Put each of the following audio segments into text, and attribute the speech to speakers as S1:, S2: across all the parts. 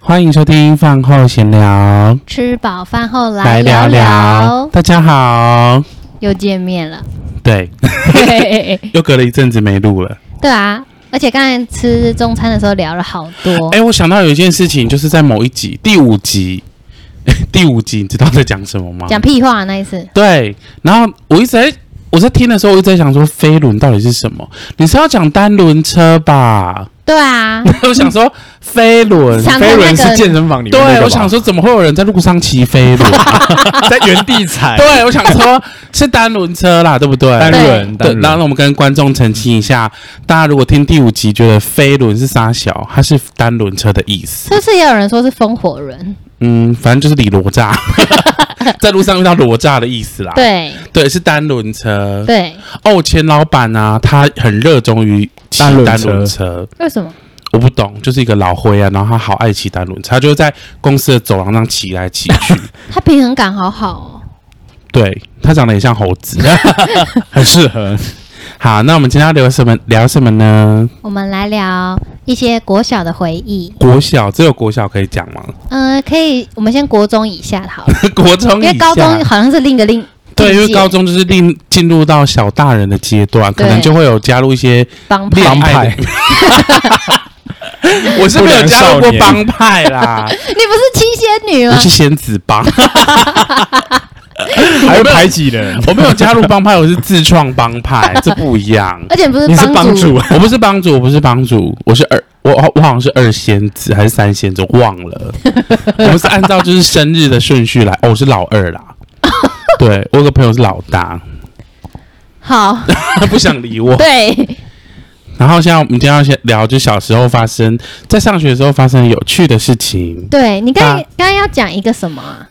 S1: 欢迎收听饭后闲聊，
S2: 吃饱饭后
S1: 来
S2: 聊
S1: 聊。大家好，
S2: 又见面了。
S1: 对，
S2: 嘿
S1: 又隔了一阵子没录了。
S2: 对啊，而且刚才吃中餐的时候聊了好多。
S1: 哎、我想到有一件事情，就是在某一集第五集， 第五集你知道在讲什么吗？
S2: 讲屁话那一次，
S1: 对，然后我一直在我在听的时候，我一直在想说飞轮到底是什么？你是要讲单轮车吧？
S2: 对啊，
S1: 我想说飞轮，
S2: 想
S3: 飞
S2: 跟那
S3: 轮是
S2: 个
S3: 健身房里面那个
S1: 对，
S3: 吧
S1: 我想说怎么会有人在路上骑飞轮？
S3: 在原地踩
S1: 对，我想说是单轮车啦，对不对？
S3: 单轮，
S1: 对
S3: 单，
S1: 然后
S3: 轮
S1: 我们跟观众澄清一下，大家如果听第五集觉得飞轮是沙小，它是单轮车的意 思。
S2: 是不是也有人说是风火 轮？
S1: 嗯，反正就是李罗 炸，在路上遇到罗炸的意思啦。
S2: 对
S1: 对，是单轮车。
S2: 对，
S1: 哦，钱老板啊，他很热衷于骑
S3: 单轮
S1: 单
S3: 车
S1: 轮车。
S2: 为什么？
S1: 我不懂，就是一个老灰啊，然后他好爱骑单轮车，他就在公司的走廊上骑来骑 去。
S2: 他平衡感好好哦。
S1: 对他长得也像猴子。
S3: 很适合。
S1: 好，那我们今天要聊什么？聊什么呢？
S2: 我们来聊一些国小的回忆。
S1: 国小只有国小可以讲吗？
S2: 嗯、可以，我们先国中以下好了，
S1: 国中
S2: 因
S1: 以下
S2: 为高中好像是另一个另
S1: 对，因为高
S2: 中
S1: 中就是另进入到小大人的阶段，可
S2: 对
S1: 能就会有加入一些
S2: 帮派
S1: 恋爱 的。 我是没有加入过
S3: 不良少
S1: 帮
S3: 年
S1: 派啦，
S2: 你不是七仙女
S1: 我
S2: 吗？
S1: 是仙子帮，
S3: 啊 还会排挤人。
S1: 我没有加入帮派，我是自创帮 派，这不一样。
S2: 而且不是
S3: 你是帮
S2: 主，
S3: 主，
S1: 我不是帮主，我不是帮主，我是二，我我好像是二仙子还是三仙子，我忘 了。我们是按照就是生日的顺序来，哦，我是老二啦。对，我有个朋友是老大，
S2: 好，
S1: 他不想理我。
S2: 对，
S1: 然后现在我们今天要先聊，就小时候发生在上学的时候发生有趣的事情，
S2: 对你刚才
S1: 啊
S2: 刚才要讲一个什么啊？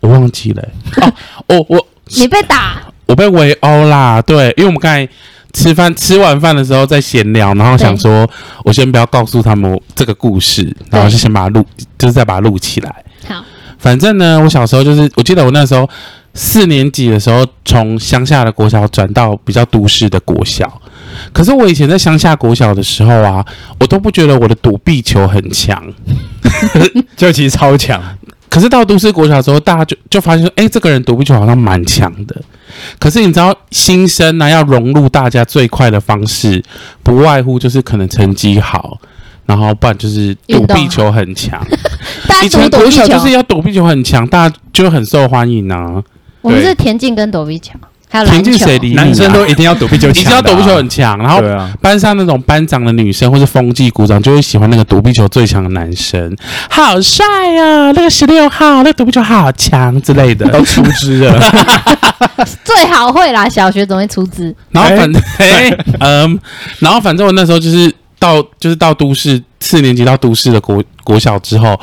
S1: 我忘记了、欸。哦，我我
S2: 你被打，
S1: 我被围殴啦，对，因为我们刚才吃饭吃完饭的时候在闲聊，然后想说我先不要告诉他们我这个故事，然后就先把它录，就是再把它录起来。
S2: 好，
S1: 反正呢，我小时候就是，我记得我那时候四年级的时候，从乡下的国小转到比较都市的国小。可是我以前在乡下国小的时候啊，我都不觉得我的躲避球很强。
S3: 就其实超强，
S1: 可是到都市国小之后，大家就就发现说，哎、这个人躲避球好像蛮强的。可是你知道，新生啊呢、要融入大家最快的方式，不外乎就是可能成绩好，然后不然就是躲避球很强。以
S2: 单独
S1: 前
S2: 躲
S1: 国
S2: 避
S1: 小
S2: 球，
S1: 就是要躲避球很强，大家就很受欢迎啊。
S2: 我们
S3: 对
S2: 是田径跟躲避球，还有篮
S1: 田
S2: 球
S1: 径。谁理你啊
S3: 男生都一定要躲避球
S1: 你知道
S3: 强的啊
S1: 躲避球很强，然后
S3: 对啊，
S1: 班上那种班长的女生或是风纪股长就会喜欢那个躲避球最强的男生，好帅啊！那个十六号，那个躲避球好强之类的。
S3: 都出汁了。
S2: 最好会啦，小学总会出资。
S1: 然后反正， 嗯，然后反正我那时候就是到就是到都市四年级到都市的国国小之后，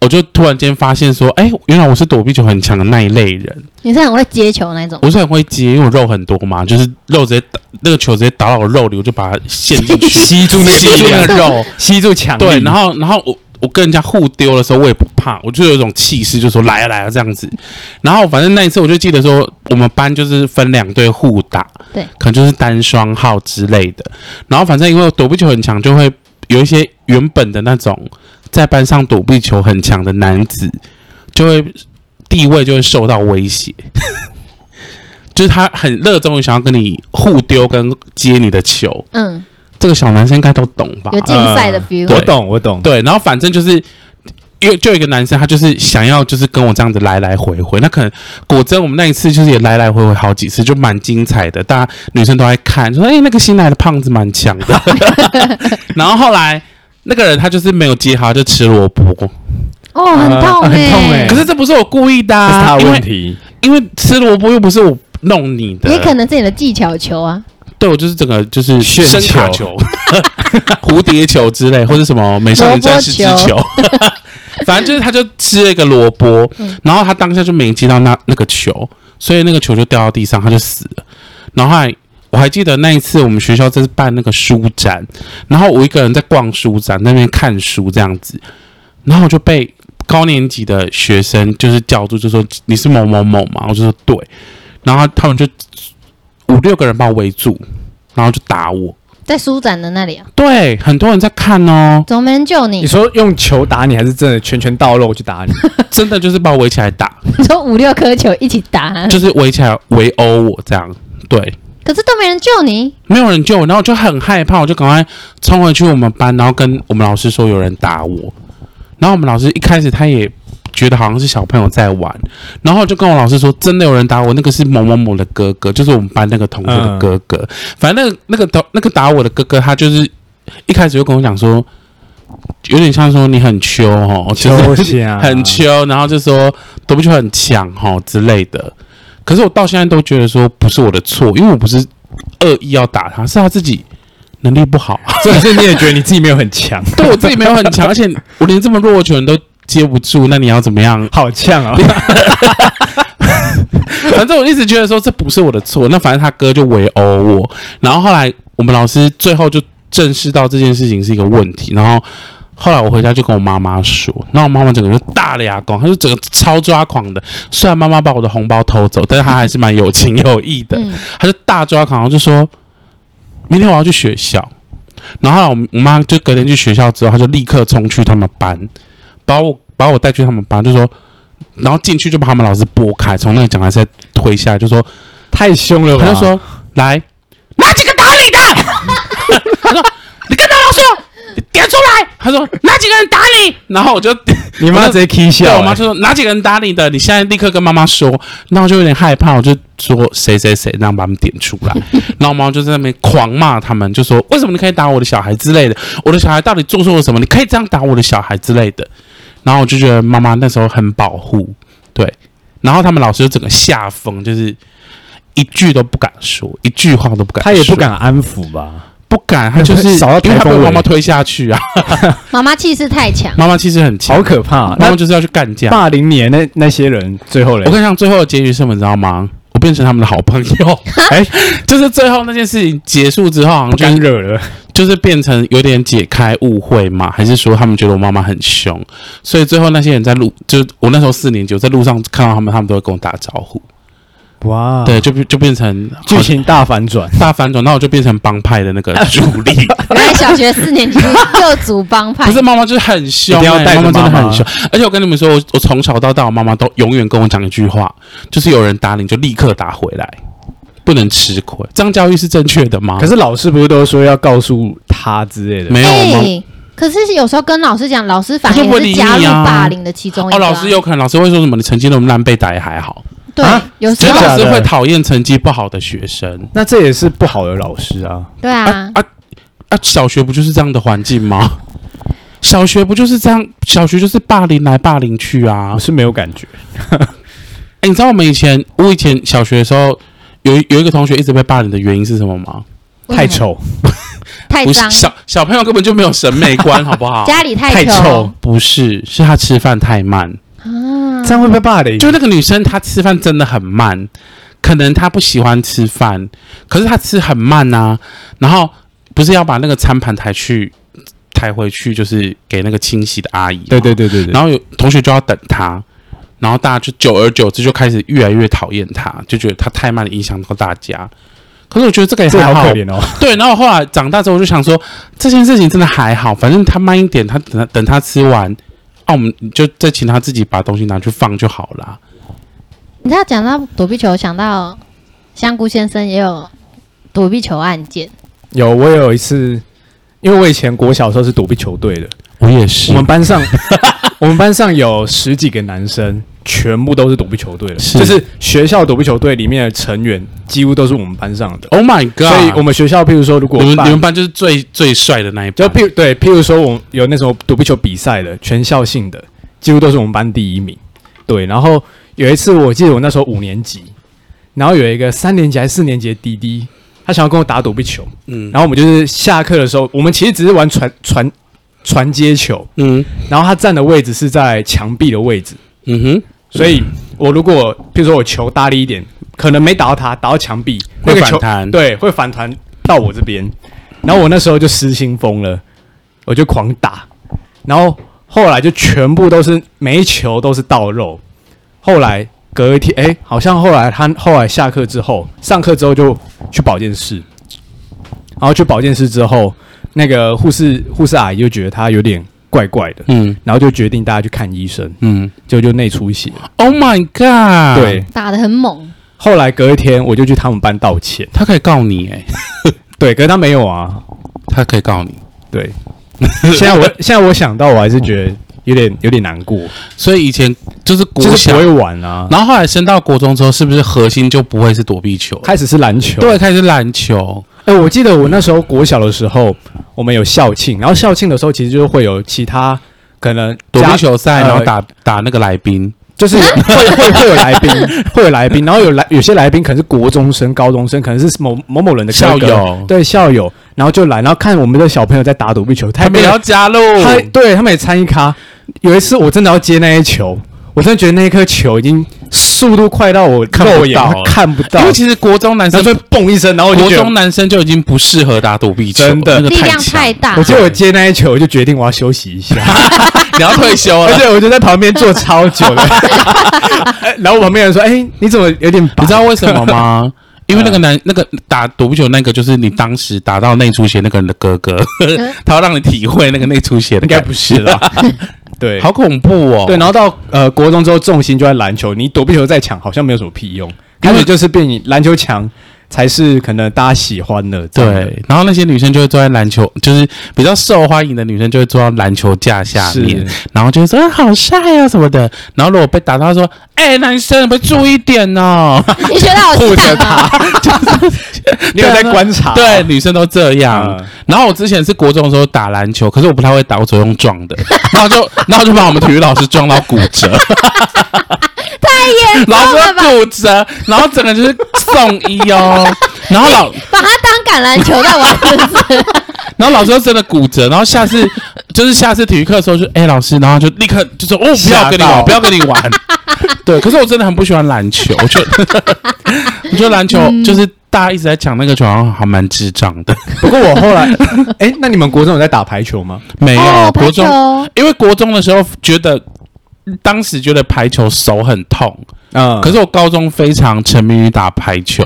S1: 我就突然间发现说，哎，原来我是躲避球很强的那一类人。
S2: 你是很会接球那种，
S1: 我是很会接，因为我肉很多嘛，就是肉直接打那个球直接打到我肉里，我就把它陷进 去，
S3: 吸住那
S1: 吸住
S3: 力
S1: 那
S3: 量
S1: 个肉。
S3: 吸住强力
S1: 对，然后然后我我跟人家互丢的时候，我也不怕，我就有一种气势，就说来啊来啊这样子。然后反正那一次我就记得说，我们班就是分两队互打，
S2: 对，
S1: 可能就是单双号之类的。然后反正因为躲避球很强，就会有一些原本的那种在班上躲避球很强的男子，就会地位就会受到威胁。 就是他很热衷于想要跟你互丢跟接你的球，
S2: 嗯，
S1: 这个小男生应该都懂吧？
S2: 有竞赛的
S3: 嗯
S2: feel，、
S3: 我懂，我懂。
S1: 对，然后反正就是。因为就有一个男生，他就是想要就是跟我这样子来来回回，那可能果真我们那一次就是也来来回回好几次，就蛮精彩的，大家女生都在看，说哎、那个新来的胖子蛮强 的，然后后来那个人他就是没有接好，他就吃萝卜，啊
S2: 哦，很痛
S3: 呃
S2: 哎、
S3: 很痛欸
S1: 可是这不是我故意的、
S3: 这是
S1: 啊，
S3: 他的
S1: 因
S3: 问
S1: 为
S3: 题，
S1: 因为吃萝卜又不是我弄你的，
S2: 也可能是你的技巧球啊，
S1: 对我就是整个就是
S3: 旋
S1: 声卡球、蝴蝶球之类，或者什么美少女战士之
S2: 萝卜
S1: 球， 反正就是他就吃了一个萝卜，
S2: 嗯
S1: 然后他当下就没接到那那个球，所以那个球就掉到地上，他就死了。然后后来我还记得那一次我们学校在办那个书展，然后我一个人在逛书展那边看书这样子，然后我就被高年级的学生就是叫住，就说你是某某某嘛，我就说对，然后他们就五六个人把我围住，然后就打我，
S2: 在书展的那里啊，
S1: 对，很多人在看 哦，
S2: 怎么没人救
S3: 你
S2: 你？
S3: 说用球打你，还是真的拳拳到肉去打你？
S1: 真的就是把我围起来打，
S2: 你说五六颗球一起打，啊
S1: 就是围起来围殴我这样，对。
S2: 可是都没人救你，
S1: 没有人救我，然后我就很害怕，我就赶快冲回去我们班，然后跟我们老师说有人打我。然后我们老师一开始他也觉得好像是小朋友在玩，然后就跟我老师说真的有人打我，那个是某某某的哥哥，就是我们班那个同学的哥哥。反正那个那个打那个打我的哥哥，他就是一开始就跟我讲说，有点像说你很秋哦， 就是
S3: 侠
S1: 很秋，然后就说躲不球很强哈之类的。可是我到现在都觉得说不是我的错，因为我不是恶意要打他，是他自己能力不好，
S3: 所以是你也觉得你自己没有很强，
S1: 对我自己没有很强，而且我连这么弱的球人都接不住，那你要怎么样？
S3: 好呛啊！
S1: 反正我一直觉得说这不是我的错，那反正他哥就围殴我，然后后来我们老师最后就正视到这件事情是一个问题，然后。后来我回家就跟我妈妈说，那我妈妈整个就大了牙光，她就整个超抓狂的。虽然妈妈把我的红包偷走，但是她还是蛮有情有义的。
S2: 嗯，
S1: 他就大抓狂，然后就说明天我要去学校。然后后来我们我妈就隔天去学校之后，她就立刻冲去他们班，把我把我带去他们班，就说，然后进去就把他们老师拨开，从那个讲台再推下来，就说，
S3: 太凶了吧？
S1: 他就说来哪啊几个打你的？ 他说你跟他老师说你点出来，他说哪几个人打你？然后我就
S3: 你妈直接 k
S1: 对
S3: 笑，欸
S1: 我妈就说哪几个人打你的？你现在立刻跟妈妈说。那我就有点害怕，我就说谁谁谁，让把他们点出 来。然后我妈就在那边狂骂他们，就说为什么你可以打我的小孩之类的？我的小孩到底做错了什么？你可以这样打我的小孩之类的。然后我就觉得妈妈那时候很保护，对。然后他们老师就整个吓疯，就是一句都不敢说，一句话都不敢说，
S3: 她也不敢安抚吧？
S1: 不敢，他就是
S3: 少到
S1: 因为他
S3: 台
S1: 被
S3: 风
S1: 妈妈
S3: 尾
S1: 推下去啊。
S2: 妈妈气势太强，
S1: 妈妈其实很强
S3: 好，可怕！啊
S1: 妈妈
S3: 那
S1: 就是要去干架。
S3: 霸凌你的那那些人，最后嘞
S1: 我，跟你讲，最后的结局是什么，你知道吗？我变成他们的好朋 友，
S3: 哎，
S1: 就是最后那件事情结束之后，好像
S3: 不
S1: 就
S3: 敢
S1: 是
S3: 惹了。
S1: 就是变成有点解开误会嘛，还是说他们觉得我妈妈很凶，所以最后那些人在路，就我那时候四年级，我在路上看到他们，他们都会跟我打招呼，
S3: 哇，
S1: 对，就变就变成
S3: 哦剧情大反转，
S1: 大反转，那我就变成帮派的 那个助力，
S2: 原来小学四年级就组帮派
S1: 不，是妈妈就是很凶、
S3: 一定要
S1: 欸
S3: 带着
S1: 妈真的
S3: 妈妈
S1: 很凶，而且我跟你们说，我我从小到大，我妈妈都永远跟我讲一句话，就是有人打你就立刻打回来。不能吃亏，这样教育是正确的吗？
S3: 可是老师不是都说要告诉他之类的？
S1: 没有吗？哦
S2: 哎，可是有时候跟老师讲，老师反
S1: 他就
S2: 而
S1: 不
S2: 也
S1: 理
S2: 是
S1: 你
S2: 加入
S1: 啊
S2: 霸凌的其中一个
S1: 哦，
S2: 啊。
S1: 老师有可能老师会说什么？你成绩那么烂，被打也还好。
S2: 对
S3: 啊，
S2: 有时
S1: 所以
S3: 真的
S2: 候
S3: 假
S1: 老师会讨厌成绩不好的学生
S3: 那这也是不好的老师啊。
S2: 对啊
S1: 啊，啊啊！小学不就是这样的环境吗？小学不就是这样？小学就是霸凌来霸凌去啊
S3: 我！是没有感觉，
S1: 哎，你知道我们以前，我以前小学的时候，有一有一个同学一直被霸凌的原因是什么吗？
S2: 为什么
S3: 太丑，
S2: 太
S1: 不是
S2: 脏，
S1: 小小朋友根本就没有审美 观，好不好？
S2: 家里
S3: 太
S2: 丑
S3: 丑
S1: 哦不是，是他吃饭太慢。
S2: 啊
S3: 这样会被霸凌。
S1: 就那个女生，她吃饭真的很慢，可能她不喜欢吃饭，可是她吃很慢啊。然后不是要把那个餐盘抬去抬回去，就是给那个清洗的阿姨。
S3: 对对。对对对，
S1: 然后有同学就要等她，然后大家就久而久之就开始越来越讨厌她，就觉得她太慢，影响到大家。可是我觉得这个也
S3: 这
S1: 还
S3: 好
S1: 好
S3: 可怜哦。
S1: 对，然后后来长大之后，我就想说这件事情真的还好，反正他慢一点，他等等他吃完，啊，我们就再请他自己把东西拿去放就好啦。
S2: 你知道讲到躲避球，想到香菇先生也有躲避球案件，
S3: 有，我有一次，因为我以前国小的时候是躲避球队的，
S1: 我也是
S3: 我们班上， 我们班上有十几个男生，全部都是躲避球队的，
S1: 是
S3: 就是学校躲避球队里面的成员几乎都是我们班上的，
S1: ，Oh my God！
S3: 所以我们学校，譬如说如果
S1: 你们
S3: 办
S1: 你们班就是最最帅的那一
S3: 就
S1: 班，
S3: 譬如对，譬如说我们有那种躲避球比赛的，全校性的，几乎都是我们班第一名。对，然后有一次我记得我那时候五年级，然后有一个三年级还是四年级的弟弟，他想要跟我打躲避球，
S1: 嗯
S3: 然后我们就是下课的时候，我们其实只是玩传传传接球，
S1: 嗯
S3: 然后他站的位置是在墙壁的位置，
S1: 嗯哼，
S3: 所以我如果譬如说我球大力一点，可能没打到他，打到墙壁，
S1: 会
S3: 那个
S1: 反
S3: 球
S1: 弹
S3: 对，会反弹到我这边。然后我那时候就失心疯了，我就狂打，然后后来就全部都是每一球都是倒肉。后来隔一天，哎、好像后来他后来下课之后，上课之后就去保健室，然后去保健室之后，那个护士护士阿姨就觉得他有点怪怪的，
S1: 嗯
S3: 然后就决定大家去看医生，
S1: 嗯
S3: 结果就内出血。
S1: ，Oh my god！
S3: 对，，
S2: 打的很猛，
S3: 后来隔一天我就去他们班道歉，
S1: 他可以告你哎、
S3: 对，可是他没有啊，
S1: 他可以告你。
S3: 对。 现在我现在我想到我还是觉得有点有点难过，
S1: 所以以前就是国
S3: 就是
S1: 小，
S3: 不会玩啊，
S1: 然后后来升到国中之后，是不是核心就不会是躲避球？
S3: 开始是篮球，
S1: 对，开始篮球。
S3: 哎、我记得我那时候国小的时候，我们有校庆，然后校庆的时候其实就是会有其他可能
S1: 躲
S3: 家
S1: 避球啊赛，
S3: 呃
S1: 然后打、打那个来宾，
S3: 就是有会会会有来 宾，会有来宾，然后有来有些来宾可能是国中生、高中生，可能是某某某人的哥
S1: 校
S3: 哥
S1: 友
S3: 对校友，然后就来，然后看我们的小朋友在打躲避球，他
S1: 们
S3: 也
S1: 也要加入。
S3: 他对他们也参与咖。有一次我真的要接那些球，我真的觉得那一颗球已经速度快到我
S1: 看不
S3: 肉眼
S1: 到
S3: 快看不
S1: 因
S3: 到，
S1: 为
S3: 然
S1: 其实国中男
S3: 后
S1: 生
S3: 就，会蹦一声，然后我就
S1: 国
S3: 觉得
S1: 中男生就已经不适合打躲避球，
S3: 真的
S1: 那个
S2: 力量
S1: 强
S2: 太，大
S3: 我，
S1: 啊
S3: 记得我接那一球，我就决定我要休息一下。
S1: 你要退休
S3: 而
S1: 了。
S3: 且我就在旁边坐超久 了，哎然后我旁边人说：“哎、你怎么有点白
S1: 你知道为什么 吗？因为那个男，那个打躲避球那个，就是你当时打到内出血那个人的哥哥，
S2: 嗯
S1: 他要让你体会那个内出血的
S3: 应该
S1: 感觉，
S3: 不是 啦，对，
S1: 好恐怖哦。
S3: 对，然后到呃国中之后，重心就在篮球，你躲避球再强好像没有什么屁用，
S1: 因
S3: 开
S1: 为
S3: 始就是变你篮球强才是可能大家喜欢的，这样的
S1: 对，然后那些女生就会坐在篮球，就是比较受欢迎的女生就会坐到篮球架下面，然后就会说、啊、好晒啊什么的。然后如果被打到，说哎、男生，你们注意点哦。
S2: 你觉得好
S3: 护着
S2: 像啊？
S3: 他，就是 你有在观察，
S1: 对，女生都这样。
S3: 嗯
S1: 然后我之前是国中的时候打篮球，可是我不太会打，我只会用撞的， 然后就然后就把我们体育老师撞到骨折，
S2: 太严 重
S1: 然后
S2: 了吧！
S1: 说骨折，然后整个就是送医哦。然后老
S2: 把它当橄榄球在玩，是不是？
S1: 然后老师就真的骨折，然后下次 就是下次体育课的时候就哎、老师，然后就立刻就说哦不要跟你
S3: 吓到
S1: 玩，不要跟你 玩。对，可是我真的很不喜欢篮球，我觉得我觉得篮球
S2: 嗯
S1: 就是大家一直在抢那个球，好像还蛮智障 的。
S3: 不过我后来， 哎、那你们国中有在打排球吗？
S1: 没有、
S2: 哦排
S1: 国中，
S2: 球
S1: 因为国中的时候觉得当时觉得排球手很痛，
S3: 嗯，
S1: 可是我高中非常沉迷于打排球。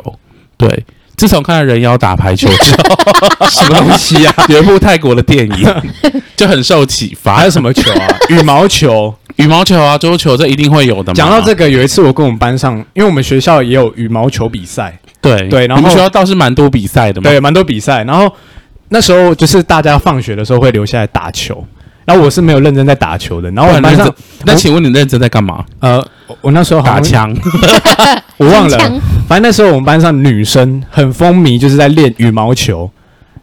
S1: 对，自从看了人妖打排球之 后，
S3: 什么东西啊？
S1: 有一部泰国的电影 就很受启发。
S3: 还有什么球啊？ 羽毛球。
S1: 羽毛球啊、桌球这一定会有的嘛。
S3: 讲到这个，有一次我跟我们班上，因为我们学校也有羽毛球比赛，
S1: 对
S3: 对然后
S1: 你们学校倒是蛮多比赛的嘛。
S3: 对，蛮多比赛。然后那时候就是大家放学的时候会留下来打球，然后我是没有认真在打球的。然后我们
S1: 不然
S3: 班
S1: 认
S3: 上
S1: 真，那请问你认真在干嘛？
S3: 呃，我我那时候好
S1: 打
S3: 像
S1: 枪，
S3: 我忘
S2: 很
S3: 了
S2: 强，
S3: 反正那时候我们班上女生很风靡，就是在练羽毛球。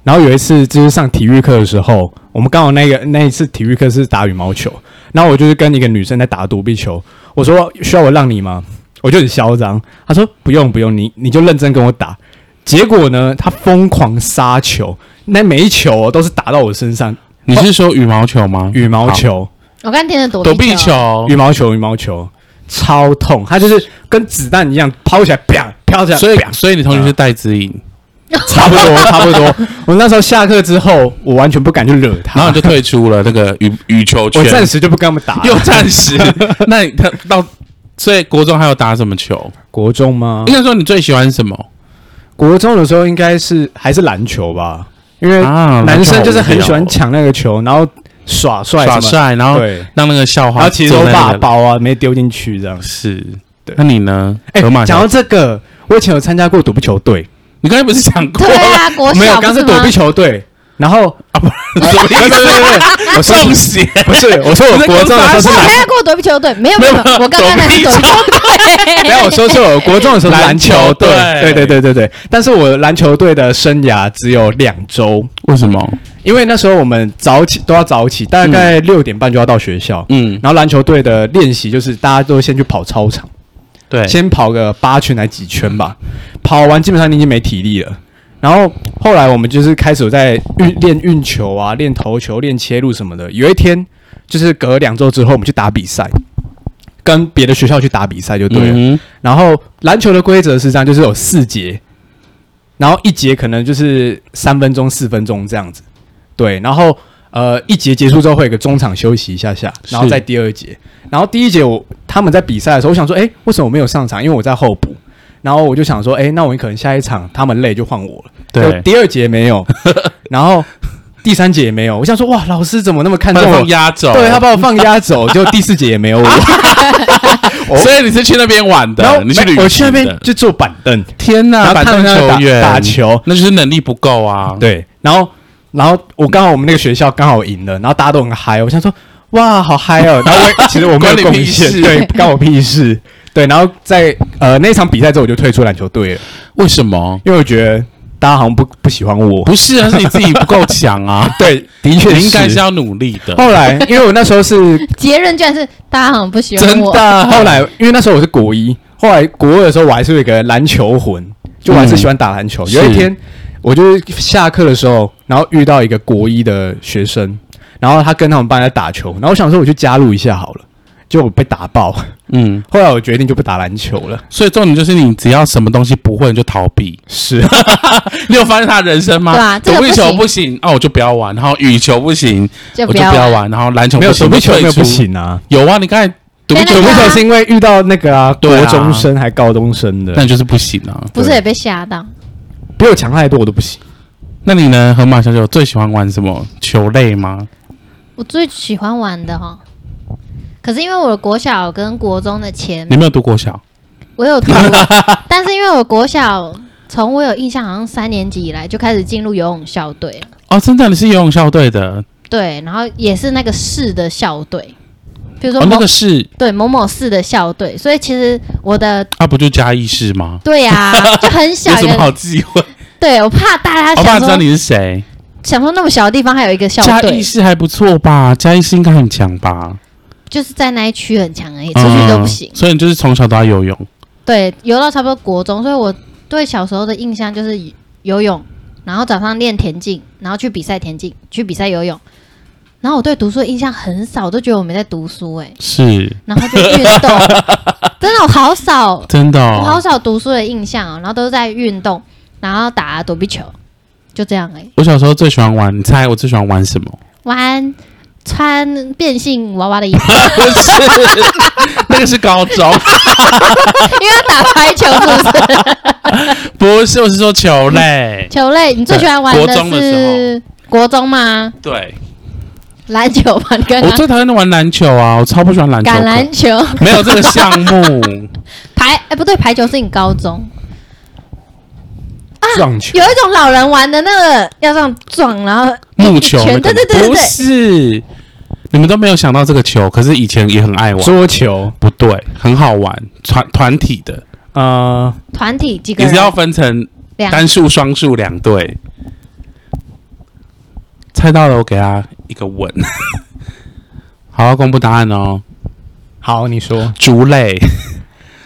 S3: 然后有一次就是上体育课的时候，我们刚好那个那一次体育课是打羽毛球，然后我就是跟一个女生在打躲避球，我说需要我让你吗？我就很嚣张，她说不用不用，你你就认真跟我打。结果呢，她疯狂杀球，那每一球、哦、都是打到我身上，
S1: 你是说羽毛球吗？
S3: 羽毛球。
S2: 我刚听的躲
S1: 躲避
S2: 球，
S1: 球
S3: 羽，毛球，羽毛球超痛，它就是跟子弹一样抛起来，啪飘起来，
S1: 所以
S3: 啪
S1: 所以你同学是戴资颖，
S2: 哦
S3: 差不多， 差不多。我那时候下课之后，我完全不敢去惹他，
S1: 然后你就退出了那个羽羽球圈
S3: 我，暂时就不跟他们打了。
S1: 又暂时。 那你他到所以国中还有打什么球？
S3: 国中吗
S1: 应？该说你最喜欢什么？
S3: 国中的时候应该是还是篮球吧，因为
S1: 啊
S3: 男生就是很喜
S1: 篮
S3: 欢
S1: 球
S3: 抢那个球，然后耍帅什
S1: 耍
S3: 么，
S1: 帅，然后
S3: 对，
S1: 让那个校
S3: 然
S1: 花
S3: 后其实
S1: 坐
S3: 都
S1: 在那
S3: 霸
S1: 个
S3: 包啊，没丢进去这样。
S1: 是
S3: 对。
S1: 那你呢？
S3: 哎
S1: 河马，
S3: 讲
S1: 小
S3: 到
S1: 姐
S3: 这个，我以前有参加过躲避球队，
S1: 你刚才不是讲过
S2: 对啊，国
S3: 没有，
S2: 小
S3: 刚刚是
S2: 不
S3: 躲
S2: 吗
S3: 避球队，然后
S1: 什么意
S3: 对对对
S1: 思？
S3: 对，对 我
S1: 中
S3: 是
S1: 邪。
S3: 不是，我说我国中的时候是
S2: 我
S3: 篮
S2: 参加过躲避球队，没有没有，没有我刚刚那是躲避球 队。
S3: 没有，我说错了，我国中的时候是篮球队，
S1: 篮球队
S3: 对对对对对。但是我篮球队的生涯只有两周，
S1: 为什么？
S3: 因为那时候我们早起都要早起，大概六点半就要到学校。
S1: 嗯，
S3: 然后篮球队的练习就是大家都先去跑操场，
S1: 对，
S3: 先跑个八圈还几圈吧，跑完基本上你已经没体力了。然后后来我们就是开始有在运练运球啊，练投球、练切入什么的。有一天就是隔两周之后，我们去打比赛，跟别的学校去打比赛就对了。
S1: 嗯
S3: 然后篮球的规则是这样，就是有四节，然后一节可能就是三分钟、四分钟这样子，对。然后呃，一节结束之后会有一个中场休息一下下，然后
S1: 是
S3: 再第二节。然后第一节我他们在比赛的时候，我想说，哎，为什么我没有上场？因为我在候补。然后我就想说，哎、那我可能下一场他们累就换我了。就
S1: 对，
S3: 第二节 没有，然后第三节也没有。我想说，哇，老师怎么那么看
S1: 他
S3: 重我
S1: 放？压轴，
S3: 对他把我放压走，就第四节 也没有我。
S1: 所以你是去那边玩
S3: 然后
S1: 的，你哎去
S3: 没
S1: 旅
S3: 我去
S1: 行
S3: 那边
S1: 的
S3: 就坐板凳，
S1: 天
S3: 然
S1: 呐，
S3: 后
S1: 板
S3: 看
S1: 凳
S3: 他们
S1: 球
S3: 打
S1: 员
S3: 打球，
S1: 那就是能力不够啊。，
S3: 对，然后然后我刚好我们那个学校刚好赢了，然后大家都很嗨，我想说哇好嗨哦，然后 我也其实我没有
S1: 关你
S3: 贡
S1: 屁
S3: 献，
S1: 事
S3: 对，关我屁事，对，然后在呃那场比赛之后我就退出篮球队了，
S1: 为什么？
S3: 因为我觉得大家好像不不喜欢我，。
S1: 不是啊，是你自己不够强啊
S3: 对，的确
S1: 你
S3: 是
S1: 应该是要努力的。
S3: 后来，因为我那时候是
S2: 结论居然是大家好像不喜欢
S1: 真
S2: 我，
S1: 的，
S3: 后来，因为那时候我是国一，后来国二的时候我还是有一个篮球魂，就我还是喜欢打篮球。
S1: 嗯
S3: 有一
S1: 是
S3: 天，我就是下课的时候，然后遇到一个国一的学生，然后他跟他们班在打球，然后我想说我去加入一下好了，结果我被打爆。
S1: 嗯，
S3: 后来我决定就不打篮球了。
S1: 所以重点就是你只要什么东西不会你就逃避。
S3: 是，
S1: 你有发现他的人生吗？
S2: 对啊这个
S1: 躲避球
S2: 不
S1: 不行，哦，我就不要玩；然后羽球不行，
S2: 就
S1: 我
S2: 不
S1: 就
S2: 要
S1: 不要
S2: 玩。
S1: 玩；然后篮球
S3: 没 有
S1: 不行
S3: 躲避球
S1: 我
S3: 没
S1: 就
S3: 有
S1: 退出
S3: 不。行 啊。
S1: 有啊，你刚才躲避
S2: 对
S1: 球
S3: 躲
S2: 那
S3: 避
S2: 个啊
S3: 球是因为遇到那个啊，
S1: 对啊
S3: 国中生还高中生的，
S1: 那就是不行啊。
S2: 不是也被吓到？
S3: 比我强太多，我都不行。
S1: 那你呢，河马小姐最喜欢玩什么球类吗？
S2: 嗯我最喜欢玩的哈，可是因为我的国小跟国中的钱
S1: 你没有读国小，
S2: 我有读，但是因为我国小从我有印象，好像三年级以来就开始进入游泳校队了。
S1: 哦，真的，你是游泳校队的，
S2: 对，然后也是那个市的校队，比如说
S1: 哦，
S2: 某、
S1: 那个是
S2: 对某某市的校队，所以其实我的
S1: 啊，不就嘉义市吗？
S2: 对呀、就很小
S1: 有
S2: 一
S1: 什么
S2: 个，
S1: 好忌 讳？
S2: 对我怕大
S1: 我
S2: 家
S1: 爸
S2: 想
S1: 知道
S2: 说
S1: 你是谁。
S2: 想说那么小的地方还有一个校
S1: 嘉
S2: 队
S1: 义，市还不错吧？嘉义市应该很强吧？
S2: 就是在那一区很强而已，出去都不行
S1: 嗯。所以你就是从小都要游泳。
S2: 对，游到差不多国中，所以我对小时候的印象就是游泳，然后早上练田径，然后去比赛田径，去比赛游泳。然后我对读书的印象很少，我都觉得我没在读书哎、
S1: 是
S2: 然后就运动，真的我好少，
S1: 真的、
S2: 我好
S1: 哦。
S2: 少读书的印象哦，然后都是在运动，然后打躲避球，就这样哎、
S1: 我小时候最喜欢玩，你猜我最喜欢玩什 么？
S2: 玩穿变性娃娃的衣服，
S1: 不是， 那个是高中，
S2: 因为要打排球是不是？
S1: 不是，我是说球类。
S2: 球类你最喜欢玩
S1: 国中的
S2: 是
S1: 时
S2: 国中吗？
S1: 对，
S2: 篮球吗？你刚
S1: 我
S2: 刚
S1: 最讨厌玩篮球啊，我超不喜欢篮球。
S2: 橄榄球、
S1: 没有这个项目，
S2: 排，哎、不对，排球是你高中
S3: 撞球
S2: 有一种老人玩的那个要这样撞，然后
S1: 木球
S2: 一
S1: 那个，
S2: 圈，对对对对
S1: 不
S2: 对，
S1: 是。你们都没有想到这个球，可是以前也很爱玩。
S3: 桌球，
S1: 不对，很好玩，团团体的，
S3: 呃，
S2: 团体几个
S1: 你是要
S2: 人，
S1: 分成
S2: 两
S1: 单数、双数两队。猜到了，我给他一个吻。 好，要公布答案哦。
S3: 好，你说，
S1: 竹类，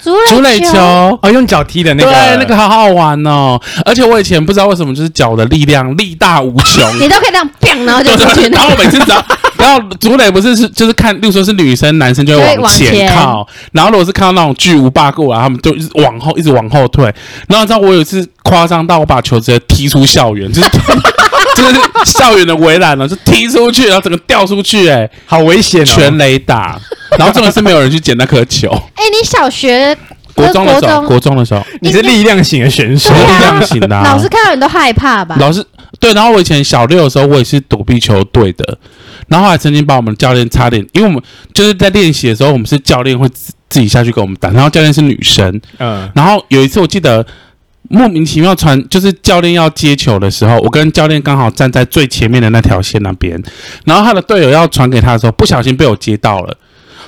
S2: 足
S1: 竹
S2: 垒
S1: 垒球，
S3: 哦，用脚踢的那个，
S1: 对，那个好好玩哦。而且我以前不知道为什么，就是脚的力量力大无穷。
S2: 你都可以这样砰，然后就
S1: 对
S2: 出去
S1: 然后我每次只 要，然后竹垒不是是就是看，例如说是女生男生就
S2: 就
S1: 会
S2: 会往前
S1: 前靠，然后如果是看到那种巨无霸过来，他们就一直往后一直往后退。然后你知道我有一次夸张到我把球直接踢出校园，就是 就是校园的围栏了，就踢出去，然后整个掉出去、欸，
S3: 好危险哦！
S1: 全垒打。然后重点是没有人去捡那颗 球。
S2: 哎、你小学
S1: 国中的时候，
S2: 国中
S1: 国中的时候，
S3: 你是力量型的选手
S1: 我
S2: 对，啊
S1: 力量型的、啊，
S2: 老师看到你都害怕吧？
S1: 老师对，然后我以前小六的时候，我也是躲避球队的，然后还曾经把我们教练差点，因为我们就是在练习的时候，我们是教练会自自己下去跟我们打，然后教练是女生，
S3: 嗯，
S1: 然后有一次我记得莫名其妙传，就是教练要接球的时候，我跟教练刚好站在最前面的那条线那边，然后他的队友要传给他的时候，不小心被我接到了。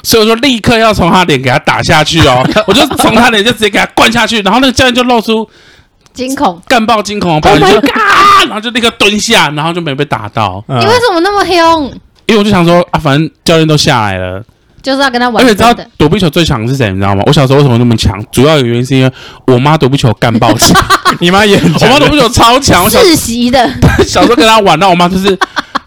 S1: 所以我就立刻要从他脸给他打下去哦，我就从他脸就直接给他灌下去，然后那个教练就露出
S2: 惊恐，
S1: 干爆惊恐的表
S2: Oh
S1: 情，
S2: my
S1: 就啊，然后就立刻蹲下，然后就没被打到，
S3: 嗯
S2: 你为什么那么凶？
S1: 因为我就想说啊，反正教练都下来了，
S2: 就是要跟他
S1: 而
S2: 玩
S1: 且
S2: 真
S1: 你知道
S2: 的。
S1: 躲避球最强的是谁，你知道吗？我小时候为什么那么强，主要的原因是因为我妈躲避球干爆 强，
S3: 你妈也很
S1: 我
S3: 强
S1: 妈躲避球超强，我小
S2: 世袭的，
S1: 小时候跟她玩，然后我妈就是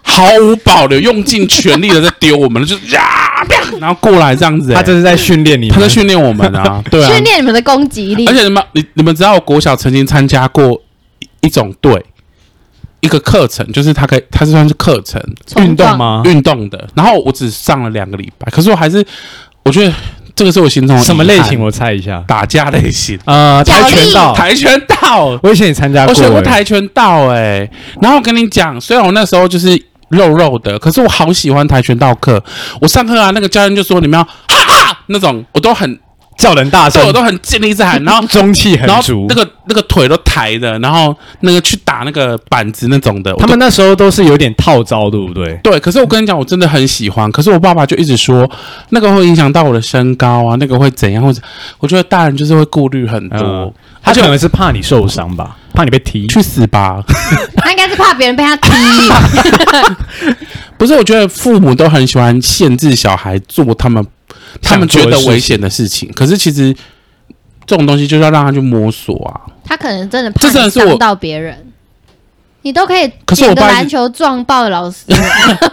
S1: 毫无保留、用尽全力的在丢我们，就是呀，啪然后过来这样子、欸，
S3: 她这是在训练你，
S1: 她在，训练我们 啊，对啊，
S2: 训练你们的攻击力
S1: 而。且你们你你们知道，我国小曾经参加过一一种队，一个课程，就是它可以，它是算是课程
S2: 冲撞
S3: 运动吗？
S1: 运动的。然后我只上了两个礼拜，可是我还是我觉得这个是我心中的
S3: 什么
S1: 遗
S3: 类
S1: 憾
S3: 型？我猜一下，
S1: 打架类型，哦
S3: 呃，
S2: 脚力
S3: 跆拳道，
S1: 跆拳道。
S3: 我以前也参加过，
S1: 我学过
S3: 欸
S1: 跆拳道哎、然后我跟你讲，虽然我那时候就是肉肉的，可是我好喜欢跆拳道课。我上课啊，那个教练就说你们要哈哈那种，我都很，
S3: 叫人大
S1: 对
S3: 声
S1: 我，都很尽力在喊，然后
S3: 中气很
S1: 然后
S3: 足
S1: 那。个那个腿都抬的，然后那个去打那个板子那种的，我
S3: 他
S1: 都
S3: 们那时候都是有点套招，对不对？
S1: 对，可是我跟你讲，我真的很喜欢。可是我爸爸就一直说，那个会影响到我的身高啊，那个会怎样？或者我觉得大人就是会顾虑很多，
S3: 嗯他
S1: 而且
S3: 可能是怕你受伤吧，怕你被踢。
S1: 去死吧！
S2: 他应该是怕别人被他踢。
S1: 不是，我觉得父母都很喜欢限制小孩做他们他们觉得危险的事情，可是其实这种东西就是要让他去摸索啊。
S2: 他可能真的
S1: 这真
S2: 怕
S1: 的
S2: 你
S1: 是我
S2: 伤到别人，你都可以
S1: 可是我
S2: 顶着
S1: 爸一直
S2: 篮球撞爆老师，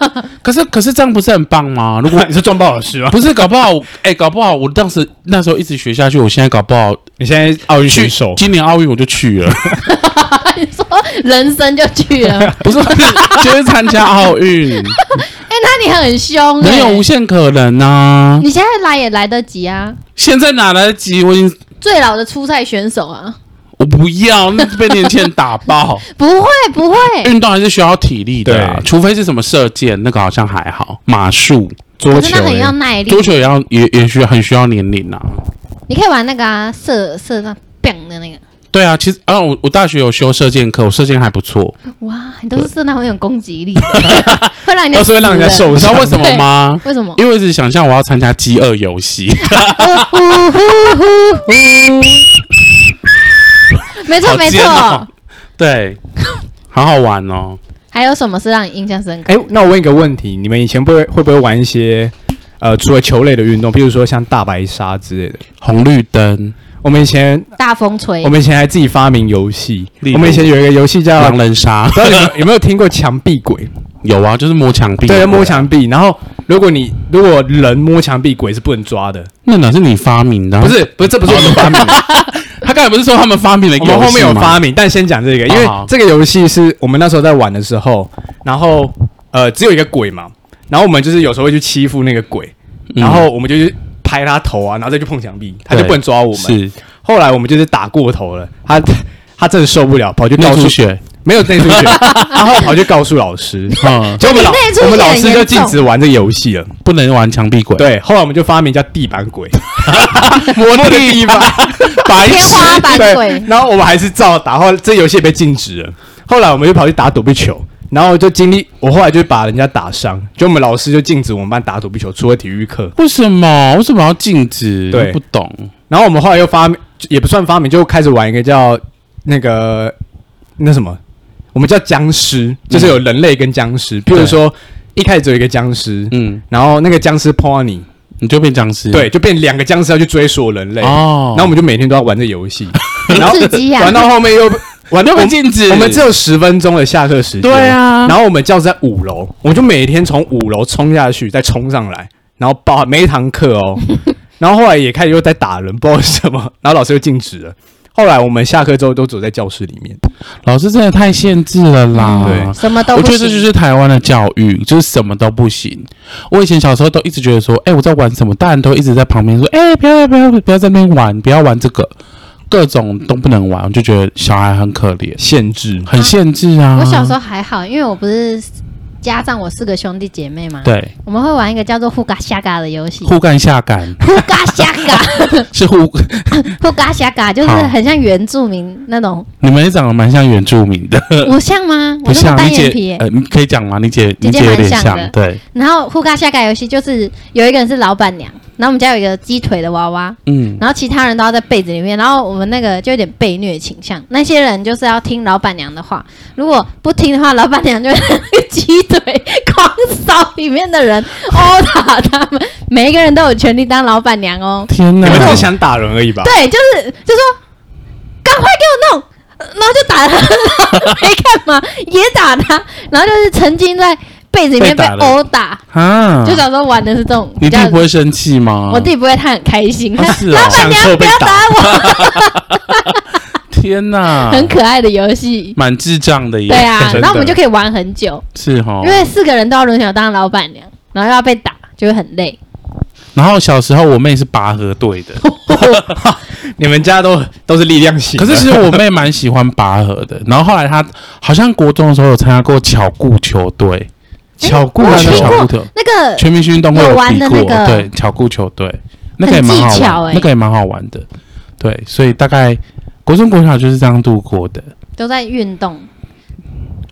S1: 可是可是这样不是很棒吗？如果
S3: 你是撞爆老师 吗？
S1: 不是，搞不好我哎、搞不好我当时那时候一直学下去，我现在搞不好
S3: 你现在奥运选
S1: 去
S3: 手，
S1: 今年奥运我就去了。
S2: 你说人生就去了。
S1: 不是，就是参加奥 运，
S2: 哎、那你很凶、欸，
S1: 能有无限可能啊！
S2: 你现在来也来得及啊，
S1: 现在哪来得及？我已经
S2: 最老的初赛选手啊，
S1: 我不要，那被年轻人打爆。
S2: 不会不会，
S1: 运动还是需要体力的啊、
S3: 对
S1: 除非是什么射箭，那个好像还好。马术、
S3: 桌
S2: 可是
S3: 球
S2: 那很
S3: 欸
S2: 要耐力
S1: 桌。球也要也也需要很需要年龄啊。
S2: 你可以玩那个啊，射射那 bang 的那个，
S1: 对啊，其实啊，我我大学有修射箭课，我射箭还不错。
S2: 哇，你都是射那很有攻击力的， 会让人
S1: 哦
S2: 家
S3: 都是会让人家
S2: 死的。
S3: 受
S1: 你知道
S3: 伤。
S1: 为什么吗？
S2: 为什么？
S1: 因为我一直想象我要参加饥饿游戏，
S2: 呃 呼呼呼呼，
S1: 哦
S2: 没错
S1: 好
S2: 没
S1: 尖
S2: 错
S1: 哦。对，好好玩哦。
S2: 还有什么是让你印象深刻？
S3: 哎、那我问一个问题，你们以前不会会不会玩一些呃，除了球类的运动，比如说像大白鲨之类的？
S1: 红绿灯、
S3: 我们以前
S2: 大风吹
S3: 哎我，们以前还自己发明游戏
S1: 例，如
S3: 我们以前有一个游戏叫，
S1: 狼
S3: 不
S1: 人杀，
S3: 知道你们有没有听过墙壁 鬼？
S1: 有啊，就是摸墙壁，
S3: 对，摸，墙壁。然后如果你如果人摸墙壁，鬼是不能抓的。
S1: 那哪是你发明的啊、
S3: 不是不是，这不是我们发 明的，
S1: 他刚才不是说他们发明了一
S3: 我
S1: 个游
S3: 们
S1: 戏吗？
S3: 后面有发明，但先讲这个，因为
S1: 好
S3: 这个游戏是我们那时候在玩的时候，然后呃只有一个鬼嘛，然后我们就是有时候会去欺负那个鬼，
S1: 嗯，
S3: 然后我们就去拍他头啊，然后再去碰墙壁，他就
S1: 对
S3: 不能抓我们。
S1: 是
S3: 后来我们就是打过头了，他 他真的受不了，跑去
S1: 内
S3: 告诉
S1: 出血，
S3: 没有内 出血，然后跑去告诉老师。
S1: 嗯，
S3: 结果我们老
S2: 内出血
S3: 我们老师
S2: 很
S3: 就
S2: 严
S3: 禁止玩这个游戏了。
S1: 不能玩墙壁鬼，，
S3: 对，后来我们就发明叫地板 鬼，
S1: 摸地板，白
S2: 天
S1: 痴，
S2: 花板
S3: 对
S2: 鬼，，
S3: 然后我们还是照打，后来这游戏也被禁止了。后来我们就跑去打躲避球，然后就经历我后来就把人家打伤，就我们老师就禁止我们班打躲避球，除了体育课。
S1: 为什么？为什么要禁止？
S3: 对
S1: 我不懂，
S3: 然后我们后来又发明，也不算发明，就开始玩一个叫那个那什么，我们叫僵尸，就是有人类跟僵尸。譬如说，一开始只有一个僵尸，
S1: 嗯，
S3: 然后那个僵尸碰到你，
S1: 你就变僵尸，
S3: 对，就变两个僵尸要去追所有人类。
S1: 哦，
S3: 然后我们就每天都要玩这游戏，然
S2: 很
S3: 后
S2: 刺激啊
S3: 玩！到后面又玩到
S1: 又被
S3: 我们
S1: 禁止，
S3: 我们只有十分钟的下课时间，
S1: 对啊
S3: 然后我们教室在五楼，我就每天从五楼冲下去，再冲上来，然后报每一堂课哦，然后后来也开始又在打人，不知道为什么，然后老师又禁止了。后来我们下课之后都走在教室里面，
S1: 老师真的太限制了啦，
S3: 嗯对
S2: 什么都
S1: 我
S2: 不
S1: 觉得这就
S2: 行。
S1: 是台湾的教育，就是什么都不行。我以前小时候都一直觉得说，哎、我在玩什么，大人都一直在旁边说，哎、不要不要不要在那边玩，不要玩这个，各种都不能玩，我就觉得小孩很可怜，
S3: 限制
S1: 很限制啊。
S2: 我小时候还好，因为我不是加上我四个兄弟姐妹嘛，
S1: 对
S2: 我们会玩一个叫做“互嘎虾嘎”的游戏。
S1: 互干下 感
S2: 互嘎虾嘎，
S1: 是互，
S2: 互嘎虾嘎，就是
S1: 好
S2: 很像原住民那种。
S1: 你们也长得蛮像原住民的，
S2: 我像吗？
S1: 呃不
S2: 我那
S1: 像
S2: 么单
S1: 你
S2: 眼皮
S1: 姐
S2: 耶，。
S1: 呃，你可以讲吗？你姐你
S2: 姐姐
S1: 有
S2: 蛮
S1: 点
S2: 像
S1: 像，
S2: 的
S1: 对，
S2: 然后互嘎虾嘎游戏就是有一个人是老板娘，然后我们家有一个鸡腿的娃娃，
S1: 嗯，
S2: 然后其他人都要在被子里面，然后我们那个就有点被虐倾向，那些人就是要听老板娘的话，如果不听的话，老板娘就会 那个鸡腿狂扫里面的人，殴打他们，每一个人都有权利当老板娘哦。
S1: 天
S3: 你
S1: 哪
S3: 们，只是想打人而已吧？
S2: 对，就是就说赶快给我弄，呃然后就打他， 没干嘛也打他，然后就是沉浸在被子里面
S1: 被
S2: 被
S1: 打了
S2: 殴打，
S1: 啊，
S2: 就小时候玩的是这种
S1: 你
S2: 比较
S1: 弟不会生气吗？
S2: 我弟不会，他很开心，
S1: 啊
S2: 他
S1: 是哦
S2: 老板
S3: 享受
S2: 娘
S3: 被
S2: 不要
S3: 打
S2: 打我。
S1: 天哪，
S2: 很可爱的游戏。
S1: 蛮智障的耶，哦
S2: 对啊，
S3: 真的
S2: 然后我们就可以玩很久，
S1: 是哈，
S2: 因为四个人都要轮流当老板娘，然后又要被打，就会很累。
S1: 然后小时候我妹是拔河队 的，
S3: 你们家都都是力量型的，
S1: 可是其实我妹蛮喜欢拔河的。然后后来她好像国中的时候有参加过巧固球队，巧固
S2: 哎我有
S1: 球
S2: 听
S1: 巧
S2: 过
S1: 固球，
S2: 那个
S1: 全明星运动会
S2: 有玩
S1: 比
S2: 的
S1: 过，
S2: 那个
S1: 对巧固球队，那个也蛮好
S2: 技巧
S1: 玩，
S2: 欸
S1: 那个也蛮好玩的。对，所以大概国中国小就是这样度过的。
S2: 都在运动，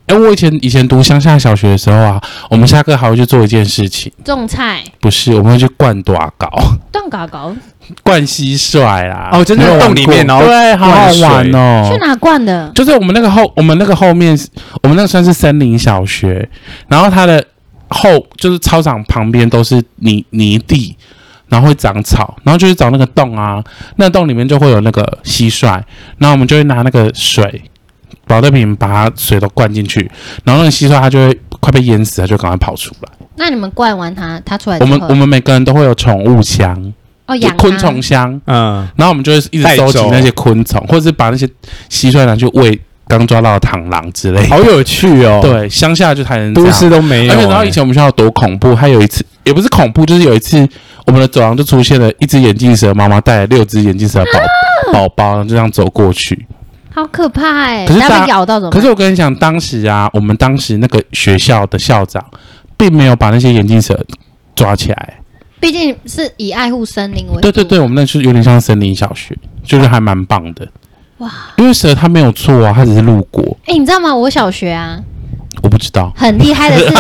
S1: 哎、我以前以前读乡下小学的时候啊，我们下课还会去做一件事情，
S2: 种菜、
S1: 不是我们会去灌短稿、
S2: 断搞
S1: 哦
S2: 搞，
S1: 灌蟋蟀啦。
S3: 哦真的
S1: 你有玩
S3: 洞里
S1: 过
S3: 面然后
S1: 对，好好
S3: 灌水
S1: 玩哦。
S2: 去哪灌的？
S1: 就是我们那个后，我们那个后面是，我们那个算是森林小学，然后它的后就是操场旁边都是泥泥地，然后会长草，然后就是找那个洞啊，那洞里面就会有那个蟋蟀，然后我们就会拿那个水。保特瓶把它水都灌进去，然后那个蟋蟀它就会快被淹死，它就赶快跑出来。
S2: 那你们灌完它，它出来之
S1: 我
S2: 后
S1: 们我们每个人都会有宠物箱、
S2: 哦养它
S1: 昆虫箱，
S3: 嗯，
S1: 然后我们就会一直收集那些昆虫，或者是把那些蟋蟀拿去喂刚抓到的螳螂之类的。
S3: 好有趣哦，，
S1: 对，乡下就才能这
S3: 都
S1: 样。
S3: 市都没有、欸
S1: 而且然后以前我们学校多恐怖，还有一次也不是恐怖，就是有一次我们的走廊就出现了一只眼镜蛇妈妈带了六只眼镜蛇
S2: 啊
S1: 宝宝宝，然后就这样走过去。
S2: 好可怕哎、欸！
S1: 可是大
S2: 它被咬到怎么
S1: 可
S2: 办？
S1: 是我跟你讲，当时啊，我们当时那个学校的校长并没有把那些眼镜蛇抓起来。
S2: 毕竟是以爱护森林为主。
S1: 对对对，我们那就是有点像森林小学，就是还蛮棒的。
S2: 哇！
S1: 因为蛇它没有错啊，它只是路过，
S2: 哎、你知道吗？我小学啊，
S1: 我不知道。
S2: 很厉害的是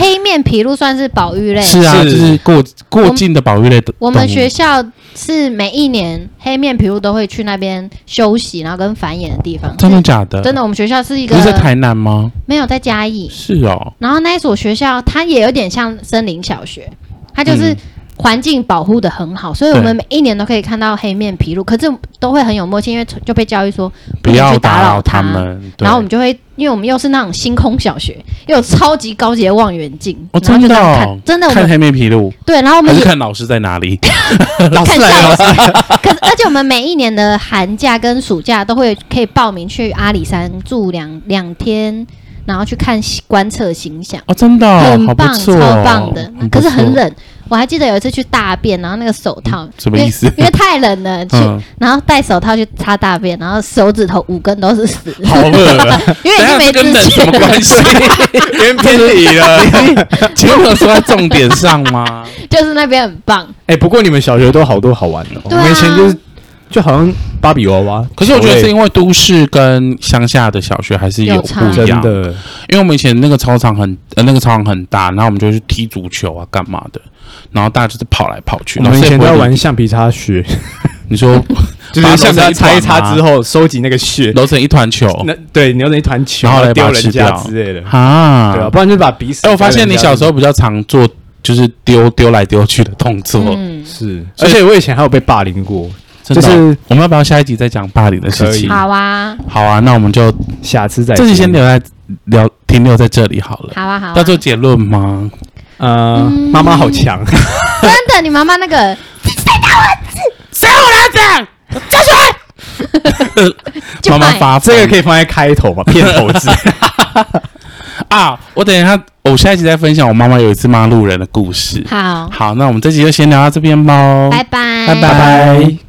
S2: 黑面琵鹭算是保育 类。
S1: 是啊，
S3: 是
S1: 就是过
S2: 我
S1: 过
S2: 们
S1: 境的保育类的
S2: 我们
S1: 动物
S2: 学校是每一年黑面琵鹭都会去那边休息，然后跟繁衍的地方。
S1: 真的假的？
S2: 真的，我们学校是一
S1: 呃不
S2: 个
S1: 是在台南吗？
S2: 没有在嘉义，
S1: 是哦，
S2: 然后那一所学校它也有点像森林小学，它就是
S1: 嗯
S2: 环境保护的很好，所以我们每一年都可以看到黑面琵鹭，可是都会很有默契，因为就被教育说
S1: 不
S2: 能
S1: 要
S2: 去打
S1: 扰
S2: 它
S1: 们。对
S2: 然后我们就会，因为我们又是那种星空小学，又有超级高级的望远镜，
S1: 哦
S2: 然后就这样
S1: 真的哦
S2: 看，真的我
S1: 看
S2: 们
S1: 黑面琵鹭，
S2: 对，然后我
S1: 还
S2: 们
S1: 是
S2: 也
S1: 看老师在哪里？哦
S3: 老
S1: 啊
S2: 看
S3: 师来
S2: 校
S3: 了，
S2: 可是而且我们每一年的寒假跟暑假都会可以报名去阿里山住两两天，然后去看观测星象。
S1: 哦，真的哦，
S2: 很
S1: 好
S2: 棒，
S1: 不错哦，
S2: 超棒的。
S1: 不
S2: 可
S1: 错
S2: 是很，冷，我还记得有一次去大便，然后那个手套，
S1: 嗯什么意思
S2: 因为因为太冷了，去、
S1: 嗯
S2: 然后戴手套去擦大便，然后手指头五根都是屎，
S1: 好饿啊。
S2: 因为已
S1: 等一下这跟
S2: 经没
S1: 冷
S2: 知
S1: 什
S2: 觉
S1: 么
S2: 了，
S1: 关系？
S3: 偏偏离了。
S1: 请问有说在重点上吗？
S2: 就是那边很棒。
S3: 哎、不过你们小学都好多好玩的、我
S2: 对啊
S3: 们以前就是就好像芭比娃娃，
S1: 可是我觉得是
S3: 球
S1: 因为都市跟乡下的小学还是
S2: 有
S1: 不
S2: 差
S3: 类
S1: 一
S3: 真
S1: 样，
S3: 的
S1: 因为我们以前那个操场很呃那个操场很大，然后我们就去踢足球啊干嘛的，然后大家就是跑来跑去。
S3: 我们
S1: 老
S3: 以
S1: 师也
S3: 前
S1: 不
S3: 都
S1: 会
S3: 要
S1: 理
S3: 玩橡皮擦雪，
S1: 你说
S3: 就是橡皮
S1: 把
S3: 擦
S1: 它
S3: 擦一擦之
S1: 后
S3: 后收集那个雪，
S1: 揉成一团球，
S3: 那对你要成一团
S1: 哦
S3: 球，
S1: 然后来把
S3: 丢
S1: 它
S3: 人
S1: 吃
S3: 家
S1: 掉
S3: 之类的，
S1: 啊，
S3: 对啊，不然就把鼻屎。
S1: 哎、我发现你小时候比较常做就是丢丢来丢去的动作，
S2: 嗯，
S3: 是，
S1: 所
S3: 而
S1: 以
S3: 且我以前还有被霸凌过，
S1: 真的哦、
S3: 就是
S1: 我们要不要下一集再讲霸凌的事情？
S3: 可以
S2: 好啊，
S1: 好啊，那我们就
S3: 下次再
S1: 这集
S3: 见
S1: 先留在聊停留在这里好了。
S2: 好啊，好啊。
S1: 要做结论吗？
S3: 呃，
S2: 嗯
S3: 妈妈好强，
S2: 真的，你妈妈那个
S1: 谁要来讲？
S2: 就
S1: 妈妈
S2: 卖
S1: 发
S3: 这个可
S1: 以
S3: 以放在开头吧，片头字。
S1: 啊！我等一下，我下一集再分享我妈妈有一次骂路人的故事。
S2: 好，
S1: 好，那我们这集就先聊到这边喽，
S2: 拜拜，
S1: 嗯拜拜